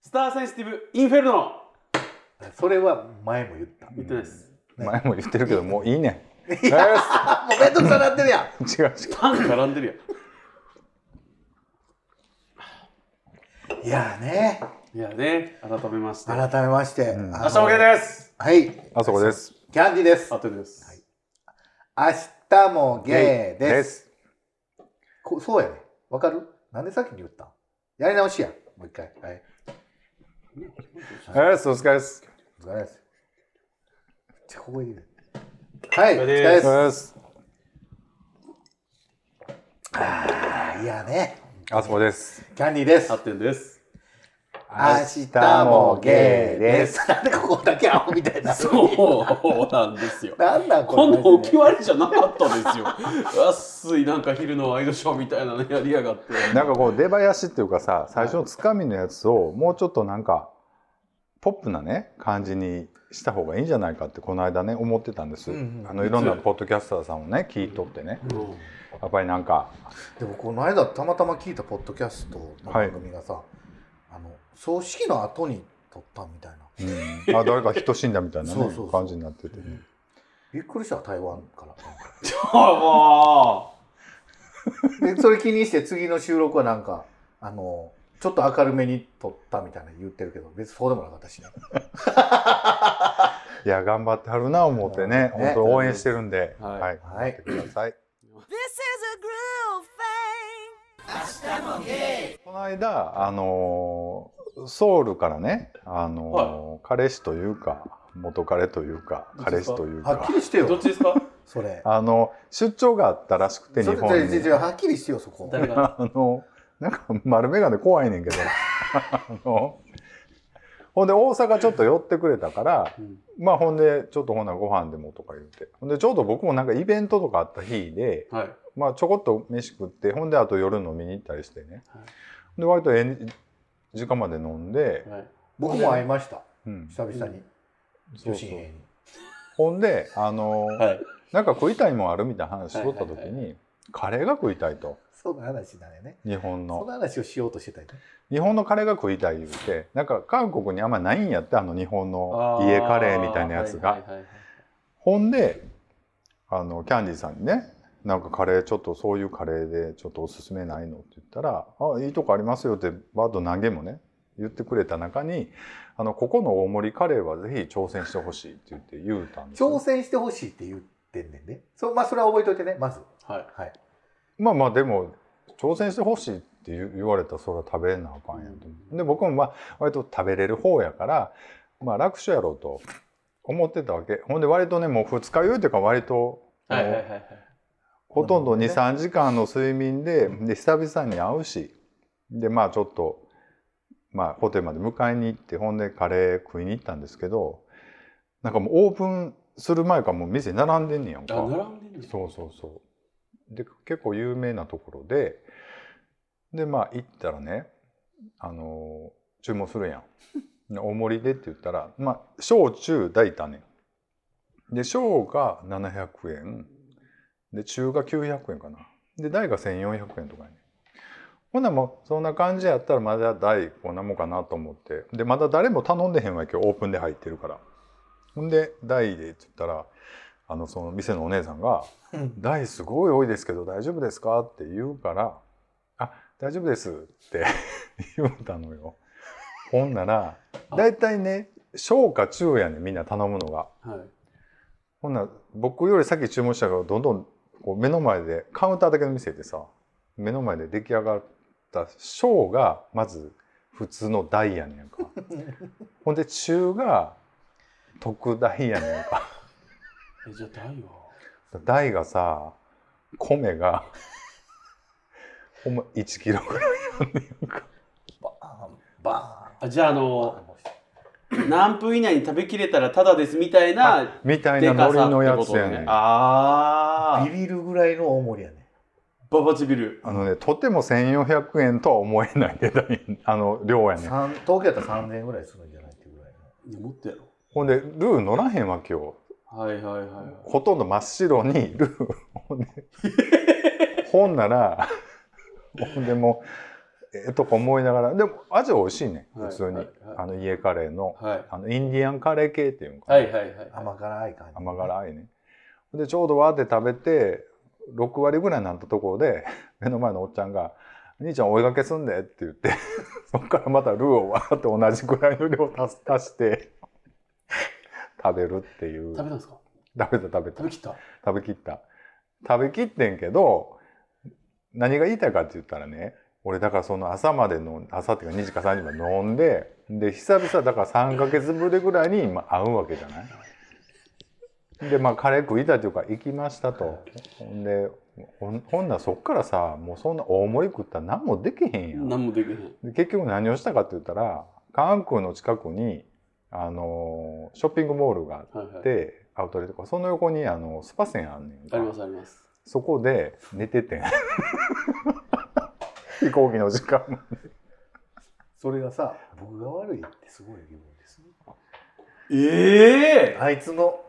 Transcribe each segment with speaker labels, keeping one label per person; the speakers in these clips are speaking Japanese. Speaker 1: スターセンシティブインフェルノ
Speaker 2: それは前も言った。
Speaker 1: 言ってないです。
Speaker 3: 前も言ってるけどもういいねん違う
Speaker 2: あもうめんどくさなってるやん。
Speaker 3: 違う
Speaker 1: パン絡んでるや
Speaker 2: いやーね、
Speaker 1: ん。いやね、改めまして。
Speaker 2: 改
Speaker 1: 明
Speaker 2: めまして。あの
Speaker 1: 日もゲーです。
Speaker 2: はい、キ
Speaker 3: あそこです
Speaker 2: ャンディです。
Speaker 1: あとです。
Speaker 2: 明日もゲーです。
Speaker 3: す
Speaker 2: こそうやね。わかるなんで先に言ったやり直しや。もう一回。はい。
Speaker 3: ですお疲れです
Speaker 2: お疲れです。めっちゃここにいる。はい、お疲
Speaker 1: れ
Speaker 2: れ
Speaker 1: 様で
Speaker 2: ですす。
Speaker 3: です
Speaker 2: いやね、
Speaker 3: あそこです
Speaker 2: キャンディです。
Speaker 1: あってんです。
Speaker 2: 明日もゲーです。なんでここだけアホみたいな。
Speaker 1: そうなんですよ。
Speaker 2: なんなんこ
Speaker 1: 今
Speaker 2: れ。
Speaker 1: 度お決まりじゃなかったですよ。安いなんか昼のワイドショーみたいなのやりやがって。
Speaker 3: なんかこう出囃子っていうかさ最初のつかみのやつをもうちょっとなんかポップなね感じにした方がいいんじゃないかってこの間ね思ってたんです、
Speaker 2: うんうん
Speaker 3: あのいろんなポッドキャスターさんをね聞いとってねやっぱりなんか
Speaker 2: でもこの間たまたま聞いたポッドキャストの番組がさ、あの葬式の後に撮ったみたいな
Speaker 3: うん、あ誰か人死んだみたいな、ね、
Speaker 2: そうそうそう
Speaker 3: 感じになっててね、
Speaker 2: びっくりした台湾から
Speaker 1: あ
Speaker 2: でそれ気にして次の収録はなんかあのちょっと明るめに撮ったみたいな言ってるけど別にそうでもなかったしね
Speaker 3: いや頑張ってはるな思ってね
Speaker 2: ね
Speaker 3: 本当応援してるんで、
Speaker 1: はい
Speaker 3: はい、頑
Speaker 2: は
Speaker 3: 張
Speaker 2: い
Speaker 3: ってください
Speaker 4: This is a groove thing.
Speaker 3: この間あのーソウルからねあのー彼氏というか元彼というか彼氏という
Speaker 2: はっ
Speaker 3: か
Speaker 2: きりして
Speaker 1: あ。どっ
Speaker 2: よ
Speaker 1: ちですか？
Speaker 2: それ
Speaker 3: あの出張があったらしくて
Speaker 2: そ
Speaker 3: 日
Speaker 2: れ
Speaker 3: 本
Speaker 2: 全
Speaker 3: に
Speaker 2: 然はっきりしてよそこ
Speaker 1: 誰が？
Speaker 3: あのなんか丸眼鏡怖 いねんけどあのほんで大阪ちょっと寄ってくれたから
Speaker 1: うん
Speaker 3: まあほんでちょっとほなご飯でもとか言ってほんでちょうど僕もなんかイベントとかあった日で
Speaker 1: はい。
Speaker 3: まあちょこっと飯食ってほんであと夜飲みに行ったりしてね、
Speaker 1: は
Speaker 3: で割とええ時間まで飲んで、
Speaker 1: はい。
Speaker 2: 僕も会いました
Speaker 3: うん、
Speaker 2: 久々に
Speaker 3: そう
Speaker 2: 女
Speaker 3: そ
Speaker 2: 子
Speaker 3: う
Speaker 2: 園に
Speaker 3: ほんであの、
Speaker 1: はい。
Speaker 3: なんか食いたいもんあるみたいな話しとった時に、
Speaker 1: はいはいは
Speaker 3: カレーが食いたいと
Speaker 2: そんな話だね
Speaker 3: 日本
Speaker 2: そん
Speaker 3: の
Speaker 2: な話をしようとしてたよね
Speaker 3: 日本のカレーが食いたい言うてなんか韓国にあんまないんやってあの日本の家カレーみたいなやつが、
Speaker 1: はいはいはい
Speaker 3: ほんであのキャンディーさんにねなんかカレーちょっとそういうカレーでちょっとおすすめないのって言ったら「あいいとこありますよ」ってバード何軒もね言ってくれた中にあの「ここの大盛りカレーはぜひ挑戦してほしい」って言って言うたんですよ
Speaker 2: 挑戦してほしいって言ってんねんで、そうまあそれは覚えといてねまず
Speaker 1: はい。
Speaker 2: はい
Speaker 3: まあまあでも挑戦してほしいって言言われたらそれは食べなあかんやと思うで僕もまあ割と食べれる方やからまあ楽勝やろうと思ってたわけほんで割とねもう二日酔いというか割と、
Speaker 1: はいはい
Speaker 3: あ
Speaker 1: は
Speaker 3: の
Speaker 1: いはい。
Speaker 3: ほとんど
Speaker 2: な
Speaker 3: 2、
Speaker 2: るほ
Speaker 3: 3時間の睡眠で、で、久々に会うし、で、まあちょっと、まあホテルまで迎えに行って、ほんでカレー食いに行ったんですけど、なんかもうオープンする前からもう店並んでんねやん
Speaker 1: あ、
Speaker 3: か。
Speaker 1: 並んでるんですか。
Speaker 3: そうそうそう。で、結構有名なところで、で、まあ行ったらね、あのー注文するやん。で大盛りでって言ったら、まあ、小中大だねん。で、小が700円、で、中が900円かな。で、大が1400円とかやねん。ほんならもう、そんな感じやったら、まだ大こんなもんかなと思って。で、まだ誰も頼んでへんわけよ、オープンで入ってるから。ほんで、大でって言ったら、あの、その店のお姉さんが、台すごい多いですけど大丈夫ですか?」って言うから「あ大丈夫です」って 言うたのよ。ほんなら大体ね小か中やねんみんな頼むのが。
Speaker 1: はい。
Speaker 3: ほんなら僕より先注文したからどんどんこう目の前でカウンターだけの店でさ目の前で出来上がった小がまず普通の大やねんか。ほんで中が特大やねんか。
Speaker 1: え、じゃあ大は。
Speaker 3: 大がさ米がほんま1キロぐらい
Speaker 2: バーンバ
Speaker 1: あ、じゃああ
Speaker 2: ーン
Speaker 1: の何分以内に食べきれたらタダですみたいな
Speaker 3: みたい
Speaker 1: で
Speaker 3: な
Speaker 1: か
Speaker 3: ノリ
Speaker 1: さ
Speaker 3: の
Speaker 1: って
Speaker 3: や
Speaker 1: こ
Speaker 3: つ
Speaker 1: と
Speaker 3: や
Speaker 1: ね
Speaker 3: ね。んあ
Speaker 1: ああ
Speaker 2: ビ。ビるぐらいの大盛りやね
Speaker 1: ババチビル。
Speaker 3: のねとても1400円とは思えない値段あの量やねん
Speaker 2: 三東京やったら3000円ぐらいするんじゃないっていうぐらい
Speaker 1: いや、もっとやろ。
Speaker 3: ほんでルー乗らへんわけよ
Speaker 1: はいはいはいはい。
Speaker 3: ほとんど真っ白にルーほんでほんならほんでもうえとか思いながらでもアジ美味しいね
Speaker 1: はい
Speaker 3: 普通に、
Speaker 1: はいはい
Speaker 3: あの家カレーの
Speaker 1: はい
Speaker 3: あのインディアンカレー系っていうのかな、
Speaker 1: はいはいはい
Speaker 2: 甘辛い感じ。
Speaker 3: 甘辛いねでちょうどわーって食べて6割ぐらいになったところで 目の前のおっちゃんが「兄ちゃん追いかけすんで」って言って そっからまたルーをわーって同じぐらいの量足す足して食べるっていう
Speaker 1: 食べたんですか
Speaker 3: 食べた食べた
Speaker 1: 食べきった
Speaker 3: 食べきった食べきってんけど何が言いたいかって言ったらね俺だからその朝までの朝っていうか2時か3時まで飲んでで久々だから3ヶ月ぶりぐらいに今会うわけじゃないでまあカレー食いたいというか行きましたとほんでほんほんならそっからさもうそんな大盛り食ったら何もできへんやん
Speaker 1: 何もできへん
Speaker 3: で結局何をしたかって言ったら関空の近くにあのーショッピングモールがあ
Speaker 1: は
Speaker 3: って
Speaker 1: いはい
Speaker 3: でアウトレとかその横にあのスパセンあんねんか
Speaker 1: ありますあります
Speaker 3: そこで寝ててん 飛行機の時間も
Speaker 2: それがさ、僕が悪いってすごい疑問ですね。
Speaker 1: ええ
Speaker 2: あいつの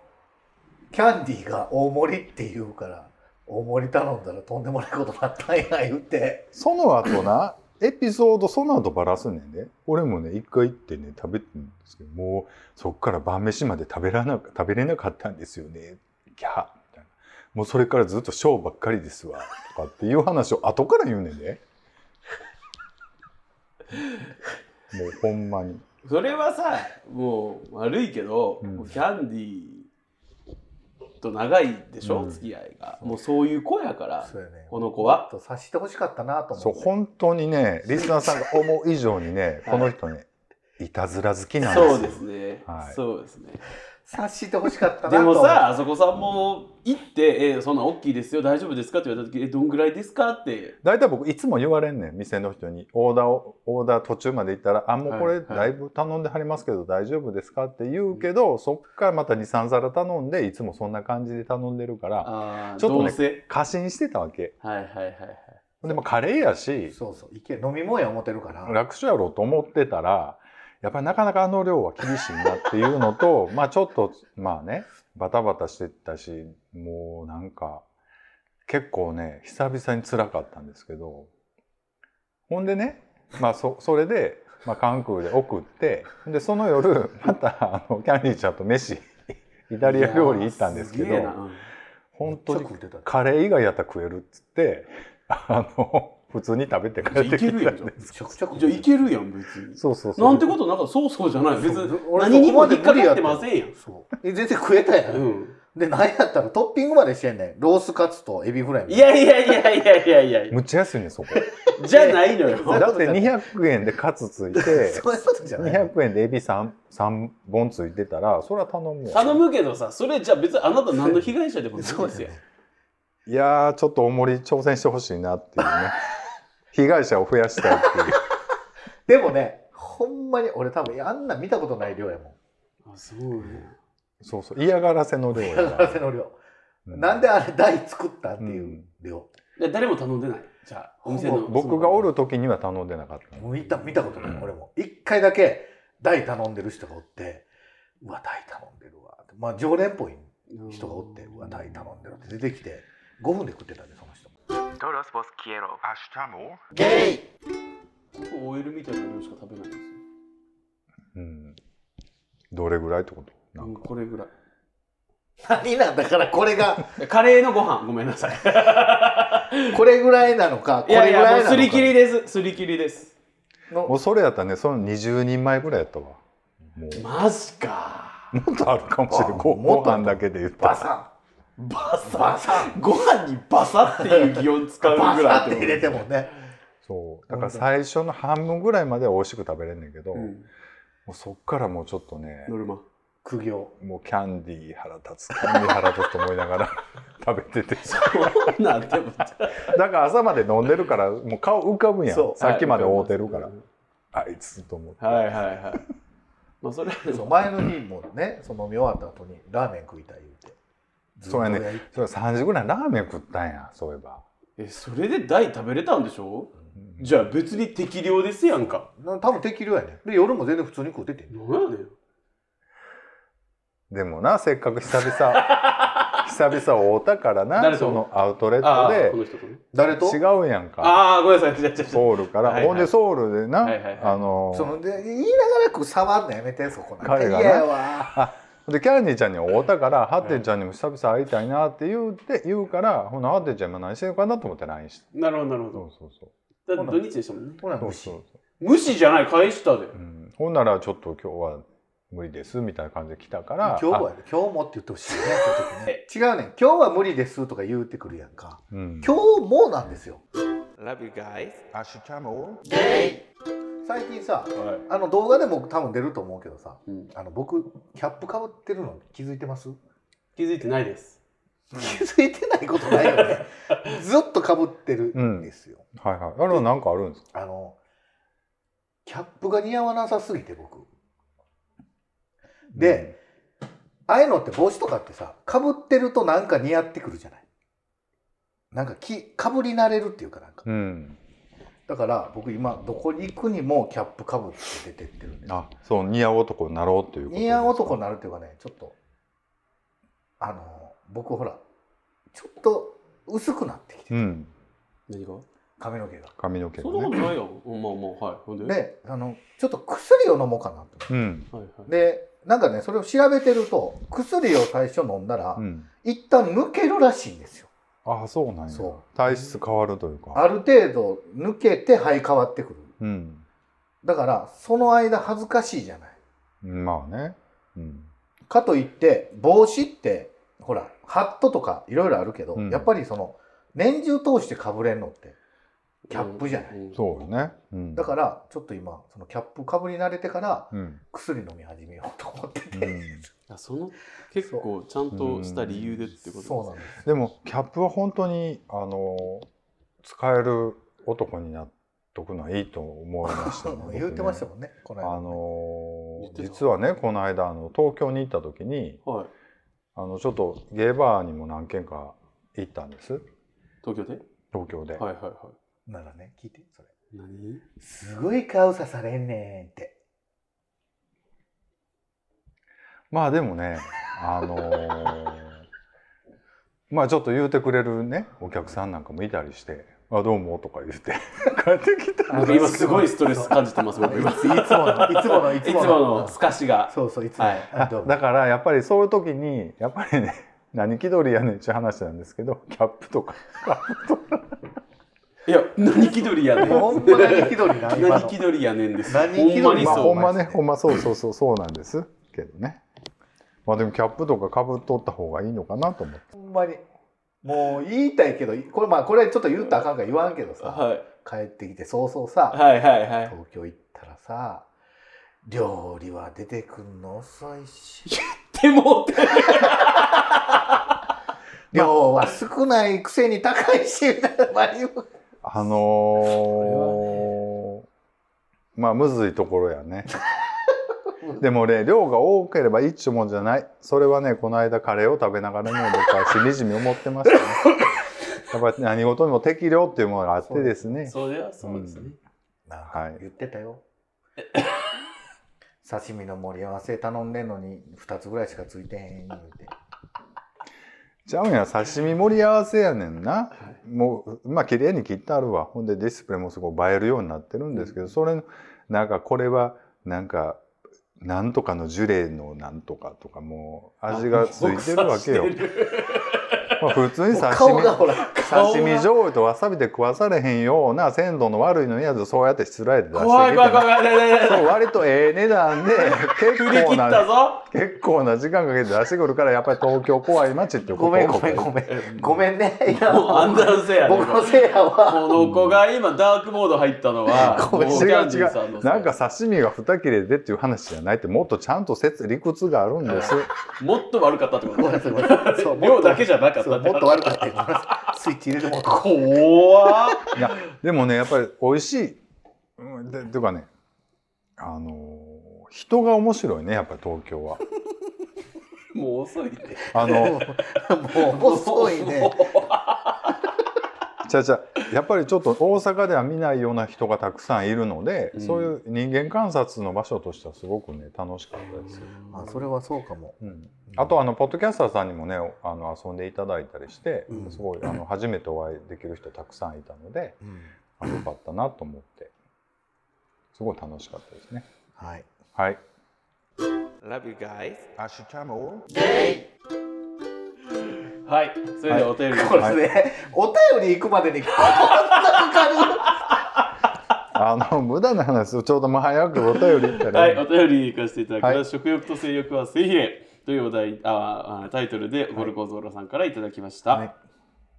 Speaker 2: キャンディーが大盛りって言うから、大盛り頼んだらとんでもないことになったんや言って。
Speaker 3: その後なエピソードその後バラすんねんで俺もね一回行ってね食べてるんですけどもうそっから晩飯まで食べらな食べれなかったんですよねギャーみたいなもうそれからずっとショーばっかりですわとかっていう話を後から言うねん でもうほんまに
Speaker 1: それはさもう悪いけど、
Speaker 3: うん
Speaker 1: もうキャンディーと長いでしょ、
Speaker 3: うん
Speaker 1: 付き合いがもうそういう子やから
Speaker 2: そうやね。
Speaker 1: この子は、
Speaker 2: ちょっと察してほしかったなと
Speaker 3: そう
Speaker 2: 思って。
Speaker 3: 本当にねリスナーさんが思う以上にねこの人ねいたずら好きなんですよ
Speaker 1: そうですね、
Speaker 3: はい
Speaker 1: そうですね
Speaker 2: 察してほしかったな
Speaker 1: で
Speaker 2: と思
Speaker 1: も
Speaker 2: って。
Speaker 1: さあそこさんも行って「えそんな大きいですよ大丈夫ですか?」って言われた時「えどんぐらいですか?」って
Speaker 3: 大体僕いつも言われんねん店の人にオーダーをオーダー途中まで行ったら「あもうこ
Speaker 1: は
Speaker 3: れ
Speaker 1: いはい
Speaker 3: だいぶ頼んではりますけど大丈夫ですか?」って言うけど、そっからまた23皿頼んでいつもそんな感じで頼んでるから
Speaker 1: あー
Speaker 3: ちょっとね
Speaker 1: どうせ
Speaker 3: 過信してたわけ
Speaker 1: はいはいはいはい
Speaker 3: でもカレーやし
Speaker 2: そうそう。いけ、飲み物や思ってるから。
Speaker 3: 楽勝やろうと思ってたらやっぱりなかなかあの量は厳しいなっていうのと まあちょっとまあねバタバタしてたしもうなんか結構ね久々に辛かったんですけどほんでねまあそそれで、まあ、関空で送ってでその夜またあのキャンディーちゃんと飯 イタリア料理行ったんですけ
Speaker 1: いやーげえな
Speaker 3: ど
Speaker 1: うん
Speaker 3: 本当
Speaker 2: め
Speaker 3: に
Speaker 2: っちゃ食うてた。
Speaker 3: カレー以外やったら食えるっつってあの普通に食べて帰ってき
Speaker 1: いや
Speaker 3: た
Speaker 1: いけるやん
Speaker 3: ん
Speaker 1: じゃ
Speaker 3: で
Speaker 1: あ
Speaker 3: す
Speaker 2: めちゃくちゃ食う
Speaker 1: じ
Speaker 2: て
Speaker 1: ゃあ
Speaker 2: た
Speaker 1: いけるやん別に
Speaker 3: そうそうそう
Speaker 1: なんてことなんかそうそうじゃない別に
Speaker 2: 俺
Speaker 1: 何にも
Speaker 2: そ
Speaker 1: 引
Speaker 2: こ
Speaker 1: っ
Speaker 2: ま
Speaker 1: か
Speaker 2: で
Speaker 1: かってませんやん
Speaker 2: そう。え、全然食えたやん。
Speaker 1: うん
Speaker 2: で、なんやったらトッピングまでしてんねん。ロースカツとエビフライみた
Speaker 1: い
Speaker 2: いな。
Speaker 1: やいやいやいやいやいやいや
Speaker 3: むっちゃ安いね そこ
Speaker 1: じゃないのよ
Speaker 3: だって200円でカツついて
Speaker 2: そういうことじゃない。
Speaker 3: 200円でエビ 3, 三本ついてたらそれは頼むよ
Speaker 1: 頼むけどさそれじゃあ別にあなた何の被害者でもない
Speaker 2: そ
Speaker 1: で
Speaker 2: うですす
Speaker 1: よ
Speaker 2: よ。
Speaker 3: いやーちょっと大盛り挑戦してほしいなって いうね被害者を増やしたいってい
Speaker 2: で
Speaker 3: う
Speaker 2: もね、ほんまに俺多分あんな見たことない量やもん。
Speaker 1: あそうね
Speaker 3: そうそう嫌がらせの量や
Speaker 2: 嫌がらせの量。なんであれ台作ったっていう量。
Speaker 1: で誰も頼んでないじゃあお店の
Speaker 3: 僕がおる時には頼んでなかった
Speaker 2: もう見た見たことない、俺も。一回だけ台頼んでる人がおって、うわ、台頼んでるわって。まあ常連っぽい人がおって、うわ、台頼んでるって出てきて、5分で食ってたね、その人。
Speaker 5: Todos vos quiero.
Speaker 2: ゲイ
Speaker 1: OL みたいな量しか食べないんですよ
Speaker 3: うんどれぐらいってことな
Speaker 1: うん
Speaker 3: んか
Speaker 1: これぐらい
Speaker 2: 何なんだからこれが、
Speaker 1: いやカレーのご飯ごめんなさい
Speaker 2: これぐらいなのか、こ
Speaker 1: い
Speaker 2: れぐ
Speaker 1: や
Speaker 2: ら
Speaker 1: いや
Speaker 2: いなのか。
Speaker 1: もうすり切りですすり切りです
Speaker 2: の
Speaker 3: もうそれやったらねその20人前ぐらいやったわもう
Speaker 1: マジか
Speaker 3: もっとあるかもしれ
Speaker 2: あ
Speaker 3: んご
Speaker 2: も
Speaker 3: ご
Speaker 2: っとある
Speaker 3: 飯だけで言った
Speaker 2: バ
Speaker 3: ら
Speaker 2: サ
Speaker 1: バ
Speaker 2: ンバ
Speaker 1: サ
Speaker 2: サン
Speaker 1: ご飯にバサっていう擬音使うぐらい
Speaker 2: バサって
Speaker 1: こと
Speaker 2: 入れてもね。
Speaker 3: そうだから最初の半分ぐらいまでは美味しく食べれんねんけど、
Speaker 1: う
Speaker 3: も
Speaker 1: ん
Speaker 3: うそっからもうちょっとね
Speaker 1: ノルマ
Speaker 2: 苦行。
Speaker 3: もうキャンディー腹立つキャンディー腹立つと思いながら 食べてて
Speaker 1: そんなんでも
Speaker 3: だから朝まで飲んでるからもう顔浮かぶやん
Speaker 2: そう
Speaker 3: さっきまで会うてるから、あいつと思って、
Speaker 1: はいはいはい。まあそれはで
Speaker 2: そう
Speaker 1: も
Speaker 2: 前の日もね、その飲み終わった後にラーメン食いたい言うて。
Speaker 3: そうや
Speaker 2: ず
Speaker 3: ね
Speaker 2: っと焼いて
Speaker 3: それ3時ぐらいラーメン食ったんやそういえば、
Speaker 1: えそれで大食べれたんでしょ？
Speaker 3: うん
Speaker 1: じゃあ別に適量ですやんか。
Speaker 2: な多分適量やね。で夜も全然普通に食うててん。
Speaker 1: なんやねん。
Speaker 3: でもなせっかく久々久々会うたからな
Speaker 1: 誰と
Speaker 3: そのアウトレ
Speaker 1: ああ
Speaker 3: ッ
Speaker 1: こ
Speaker 3: ト
Speaker 1: の人とね
Speaker 2: 誰と
Speaker 3: で違うやんか
Speaker 1: ああごめんなさい違う違う違う
Speaker 3: ソウルから、
Speaker 1: はいはい
Speaker 3: ほんでソウルでな、
Speaker 1: はいはいはい
Speaker 3: あの
Speaker 2: そので言いながらこう触んのやめてそこなんか
Speaker 3: 彼がな
Speaker 2: 嫌やわ
Speaker 3: でキャンディーちゃんに会うたから、ハッテンちゃんにも久々会いたいなって言うて言うからほなハッテンちゃん今何してるかなと思って LINE して
Speaker 1: なるほどなるほ
Speaker 3: そ
Speaker 1: ど
Speaker 3: うそうそう
Speaker 1: だって土日でしたもんね
Speaker 2: ほら
Speaker 3: そう
Speaker 2: 無視
Speaker 3: そうそ
Speaker 1: 無視じゃない返したで
Speaker 3: う、うん、ほんならちょっと今日は無理ですみたいな感じで来たから
Speaker 2: 今日は
Speaker 3: あ
Speaker 2: ね今日もって言ってほしいねそういう時 ね違うねん今日は無理ですとか言うてくるやんか
Speaker 3: うん、
Speaker 2: 今日もなんですよ
Speaker 1: Love you guys
Speaker 2: 最近さ
Speaker 1: はい、
Speaker 2: あの動画でも多分出ると思うけどさ
Speaker 1: うん、
Speaker 2: あの僕キャップかぶってるの気づいてます
Speaker 1: 気づいてないです
Speaker 2: 気づいてないことないよ ねずっとかぶってるんですよ、
Speaker 3: はいはいあれは何かあるんですか
Speaker 2: あのキャップが似合わなさすぎて僕で、ああいうのって帽子とかってさかぶってるとなんか似合ってくるじゃないなんかきかぶり慣れるっていうかなんか
Speaker 3: うん、
Speaker 2: だから僕今どこに行くにもキャップかぶって出てってるんです
Speaker 3: あそう似合う男になろうということです
Speaker 2: 似合う男になるっていうかねちょっとあの僕ほらちょっと薄くなってきて
Speaker 3: うん
Speaker 1: 何が
Speaker 2: 髪の毛が
Speaker 3: 髪の毛
Speaker 1: そんな
Speaker 3: が
Speaker 1: こと
Speaker 3: ね
Speaker 1: ないよまあまあはいほんで
Speaker 2: であのちょっと薬を飲もうかなと
Speaker 3: うん
Speaker 1: はいはい
Speaker 2: でなんかねそれを調べてると薬を最初飲んだら、
Speaker 3: うん
Speaker 2: 一旦抜けるらしいんですよ
Speaker 3: あそうなんや
Speaker 2: そ
Speaker 3: 体質変わるというか
Speaker 2: ある程度抜けて肺変わってくる
Speaker 3: うん
Speaker 2: だからその間恥ずかしいじゃない
Speaker 3: まあねうん
Speaker 2: かといって帽子ってほらハットとかいろいろあるけど、
Speaker 3: うん
Speaker 2: やっぱりその年中通してかぶれんのってキャップじゃない、
Speaker 1: うん
Speaker 3: そうよね、うん、
Speaker 2: だからちょっと今そのキャップかぶり慣れてから
Speaker 3: うん、
Speaker 2: 薬飲み始めようと思ってて、
Speaker 3: うん
Speaker 1: あその結構ちゃんとした理由でってこと
Speaker 2: そうなんで
Speaker 3: でもキャップは本当にあの使える男になっとくのはいいと思いまし
Speaker 2: す
Speaker 3: た ね
Speaker 2: 言ってました
Speaker 3: ん
Speaker 2: もんねこの
Speaker 3: あ
Speaker 2: 間ね
Speaker 3: の
Speaker 1: 言ってた
Speaker 3: 実はねこの間あの東京に行った時に
Speaker 1: はい
Speaker 3: あのちょっとゲーバーにも何軒か行ったんです
Speaker 1: 東京で
Speaker 3: 東京で、
Speaker 1: はいはいは
Speaker 2: ならね聞いてそれ
Speaker 1: い何
Speaker 2: すごい顔刺されんねんって
Speaker 3: まあでもねあの ーまあちょっと言うてくれるねお客さんなんかもいたりして「あどうも」とか言って 帰ってきた
Speaker 1: 僕今すごいストレス感じてます僕今
Speaker 2: いついつものいつものい
Speaker 1: いつものスカシが
Speaker 2: そうそういつもの、
Speaker 1: はい
Speaker 2: あどうも
Speaker 3: だからやっぱりそういう時にやっぱりね 何気取りやねんっていう話なんですけどキャップとか
Speaker 1: いや何気取りやねん
Speaker 2: ほんま何気取りな今
Speaker 1: 何
Speaker 2: の
Speaker 1: 気取りやねんです
Speaker 2: 何気取り
Speaker 1: ほんまにそう
Speaker 3: まあほ
Speaker 1: ん
Speaker 2: まあ
Speaker 3: まねほんまそうそうそうそうなんですけどねまあでもキャップとかかぶっとった方がいいのかなと思って
Speaker 2: ほんまにもう言いたいけどこれまあこれちょっと言うたらあかんから言わんけどさ
Speaker 1: はい
Speaker 2: 帰ってきてそうそうさ
Speaker 1: はいはいはい
Speaker 2: 東京行ったらさ料理は出てくんの遅いし
Speaker 1: でもって
Speaker 2: 量は少ないくせに高いしみたいなマリオ
Speaker 3: あのーまあむずいところやねでもね量が多ければいいっちゅうもんじゃないそれはねこの間カレーを食べながらね僕はしみじみ思ってましたねやっぱり何事にも適量っていうものがあってですね
Speaker 1: それはそうですね
Speaker 2: なん
Speaker 3: は
Speaker 2: か
Speaker 3: い
Speaker 2: 言ってたよ、刺身の盛り合わせ頼んでんのに2つぐらいしかついてへん言うて
Speaker 3: ちゃうんや刺身盛り合わせやねんな、もうまあ綺麗に切ってあるわほんでディスプレイもすごい映えるようになってるんですけど、それなんかこれはなんかなんとかのジュレのなんとかとかもう味がついてるわけ
Speaker 1: あ
Speaker 3: よ
Speaker 1: もう刺してる
Speaker 3: まあ、普通に
Speaker 2: もう
Speaker 3: 刺
Speaker 2: 顔
Speaker 3: 身
Speaker 2: がほら
Speaker 1: 顔が
Speaker 3: 刺身醤油とわさびで食わされへんような鮮度の悪いのやつをそうやってしつらえて出してきて
Speaker 1: 怖い怖い怖い
Speaker 3: な
Speaker 1: 怖い怖い怖い
Speaker 3: そう割とええ値段で結
Speaker 1: 振り切
Speaker 3: 構
Speaker 1: った
Speaker 3: な
Speaker 1: ぞ
Speaker 3: 結構な時間かけて出してくるからやっぱり東京怖い街っていう
Speaker 2: ご
Speaker 3: こと
Speaker 2: めんごめんごめんごめんねいや
Speaker 1: もうアンダーセやね
Speaker 2: 僕のせいや
Speaker 1: こ
Speaker 2: は
Speaker 1: の子が今ダークモード入ったのは
Speaker 3: ごめん
Speaker 1: も
Speaker 3: 違う
Speaker 1: キャンデ
Speaker 3: 違
Speaker 1: ィーさんの
Speaker 3: う
Speaker 1: せい
Speaker 3: なんか刺身が二切れでっていう話じゃないってもっとちゃんと説理屈がある んです
Speaker 1: もっと悪かったってこ
Speaker 2: ごめんな
Speaker 1: と
Speaker 2: さいごめんなさいそうも
Speaker 1: 量
Speaker 2: っと
Speaker 1: だけじゃなかった
Speaker 2: そうもっと悪かったよごめんなさいスイッチ入れてもらった
Speaker 1: 怖っ
Speaker 3: いやでもねやっぱり美味しいうんでていうかねあのー人が面白いねやっぱり東京は
Speaker 1: も う遅いって
Speaker 3: あの
Speaker 2: もう遅いね
Speaker 3: ちゃうちゃうやっぱりちょっと大阪では見ないような人がたくさんいるので、
Speaker 1: うん
Speaker 3: そういう人間観察の場所としてはすごくね楽しかったですよ、
Speaker 2: あそれはそうかも。
Speaker 3: うん、あとあのポッドキャスターさんにもねあの遊んでいただいたりして、
Speaker 2: うん
Speaker 3: すごいあの初めてお会いできる人たくさんいたので
Speaker 2: うん
Speaker 3: あよかったなと思ってすごい楽しかったですね
Speaker 2: はい。
Speaker 3: はい
Speaker 1: Love you guys
Speaker 3: アッシュチャム
Speaker 1: はいそれではお便り
Speaker 2: これね、お便り行くまでにこんなかか
Speaker 3: あの無駄な話をちょうどもう早くお便り行ったら、
Speaker 1: はい、お便りに行かせていただきます。
Speaker 3: はい
Speaker 1: 食欲と性欲は性比例というお題ああタイトルでゴルゴゾーラさんからいただきました。
Speaker 2: はい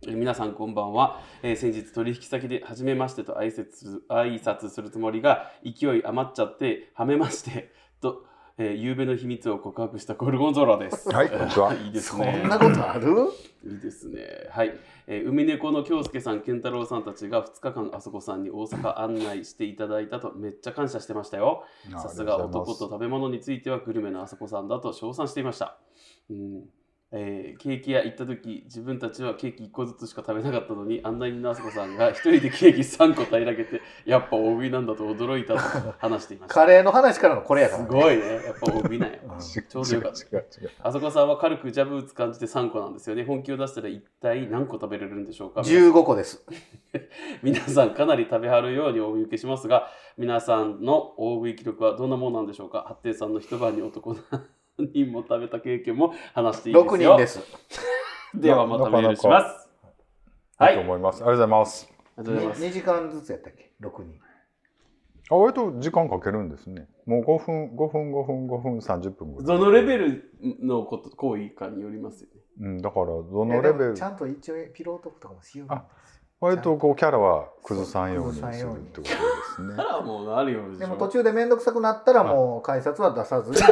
Speaker 1: え皆さんこんばんは、えー先日取引先で初めましてと挨拶する挨拶するつもりが勢い余っちゃってはめましてと、えー、昨べの秘密を告白したゴルゴンゾーラです。
Speaker 3: はいこんにちは
Speaker 1: いいで
Speaker 2: る
Speaker 1: す
Speaker 2: そ
Speaker 1: ね。
Speaker 2: んなことある
Speaker 1: いいですね。はい。えー、海猫の京介さん、健太郎さんたちが2日間あそこさんに大阪案内していただいたとめっちゃ感謝してましたよ。
Speaker 3: あ
Speaker 1: さすが
Speaker 3: ありとう
Speaker 1: 男
Speaker 3: ご
Speaker 1: と
Speaker 3: ざいます
Speaker 1: 食べ物についてはグルメのあそこさんだと称賛していました。うんえーケーキ屋行った時自分たちはケーキ1個ずつしか食べなかったのに案内人のあそこさんが1人でケーキ3個平らげてやっぱ大食いなんだと驚いたと話していました。
Speaker 2: カレーの話からのこれやから、
Speaker 1: す
Speaker 2: ね。
Speaker 1: ごいね。やっぱ大食いなんや。ちょうどよかった
Speaker 3: 違う違う違う
Speaker 1: あそこさんは軽くジャブ打つ感じで3個なんですよね。本気を出したら一体何個食べれるんでしょうか
Speaker 2: 15個です。
Speaker 1: 皆さんかなり食べはるようにお見受けしますが皆さんの大食い記録はどんなものなんでしょうか八天さんの一晩に男何人も食べた経験も話していいですよ
Speaker 2: 6人です。
Speaker 1: ではまたメールしますはい
Speaker 3: いいと思いますありがとうございます
Speaker 1: ありがとうございます
Speaker 2: 2時間ずつやったっけ ?6 人。
Speaker 3: あ割と時間かけるんですねもう5分5分5分5分30分ぐら
Speaker 1: ど
Speaker 3: い
Speaker 1: のレベルのこと行為かによりますよね
Speaker 3: うん、だからど
Speaker 2: え
Speaker 3: の
Speaker 2: で
Speaker 3: レ
Speaker 2: も
Speaker 3: ベル
Speaker 2: ちゃんと一応ピロートークとかもしよう
Speaker 3: あ割とこうキャラは崩さんようにす
Speaker 2: 崩
Speaker 3: る
Speaker 2: さんよ
Speaker 3: って
Speaker 2: う
Speaker 3: こ
Speaker 2: に
Speaker 3: とですね
Speaker 1: たらもうなるよう
Speaker 2: でも途中で面倒くさくなったらもう改札は出さずに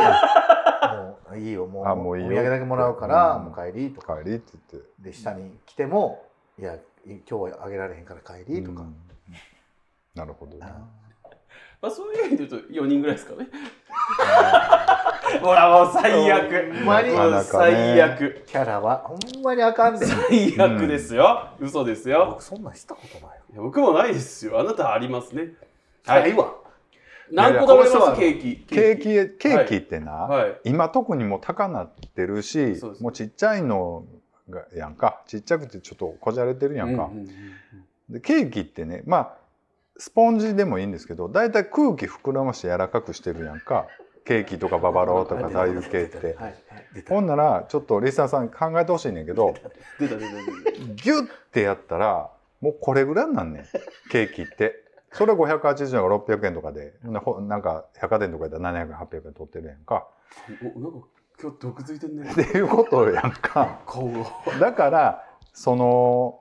Speaker 2: もういいよもう
Speaker 3: あもういいよ
Speaker 2: お土産だけもらうから、
Speaker 3: うん
Speaker 2: もう帰りとか
Speaker 3: 帰りって言って
Speaker 2: で下に来てもいや今日はあげられへんから帰りとか
Speaker 3: う、んなるほどね
Speaker 2: あ
Speaker 1: まあ、そういう意味で言うと4人ぐらいですか ねほらもう最悪
Speaker 2: ほんまに
Speaker 1: もう最悪
Speaker 2: キャラはほんまにあかんで、
Speaker 1: 最悪ですよ、嘘ですよ
Speaker 2: 僕そんなんしたことないよ
Speaker 1: いや僕もないですよあなたありますね
Speaker 2: な、いわ
Speaker 1: 何個食べ
Speaker 2: いやいやこの人
Speaker 1: ま
Speaker 2: は
Speaker 1: すケーキ
Speaker 3: ケーキケーキってな、
Speaker 1: はい
Speaker 3: 今特にもう高なってるし
Speaker 1: そうです
Speaker 3: もうちっちゃいのがやんかちっちゃくてちょっとこじゃれてるやんか、
Speaker 1: うんうんうん
Speaker 3: でケーキってねまあスポンジでもいいんですけどだいたい空気膨らまして柔らかくしてるやんかケーキとかババロとか大油系って
Speaker 2: はいはい出た
Speaker 3: ほんならちょっとリサさん考えてほしいねんけど
Speaker 1: 出た出た出た
Speaker 3: ギュッてやったらもうこれぐらいなんねんケーキってそれ580円とか600円とかでほんなほなんか百貨店とかで700800円取ってるやんか
Speaker 1: おなんか今日毒づいてんね
Speaker 3: っていうことやんか
Speaker 1: 顔が
Speaker 3: だからその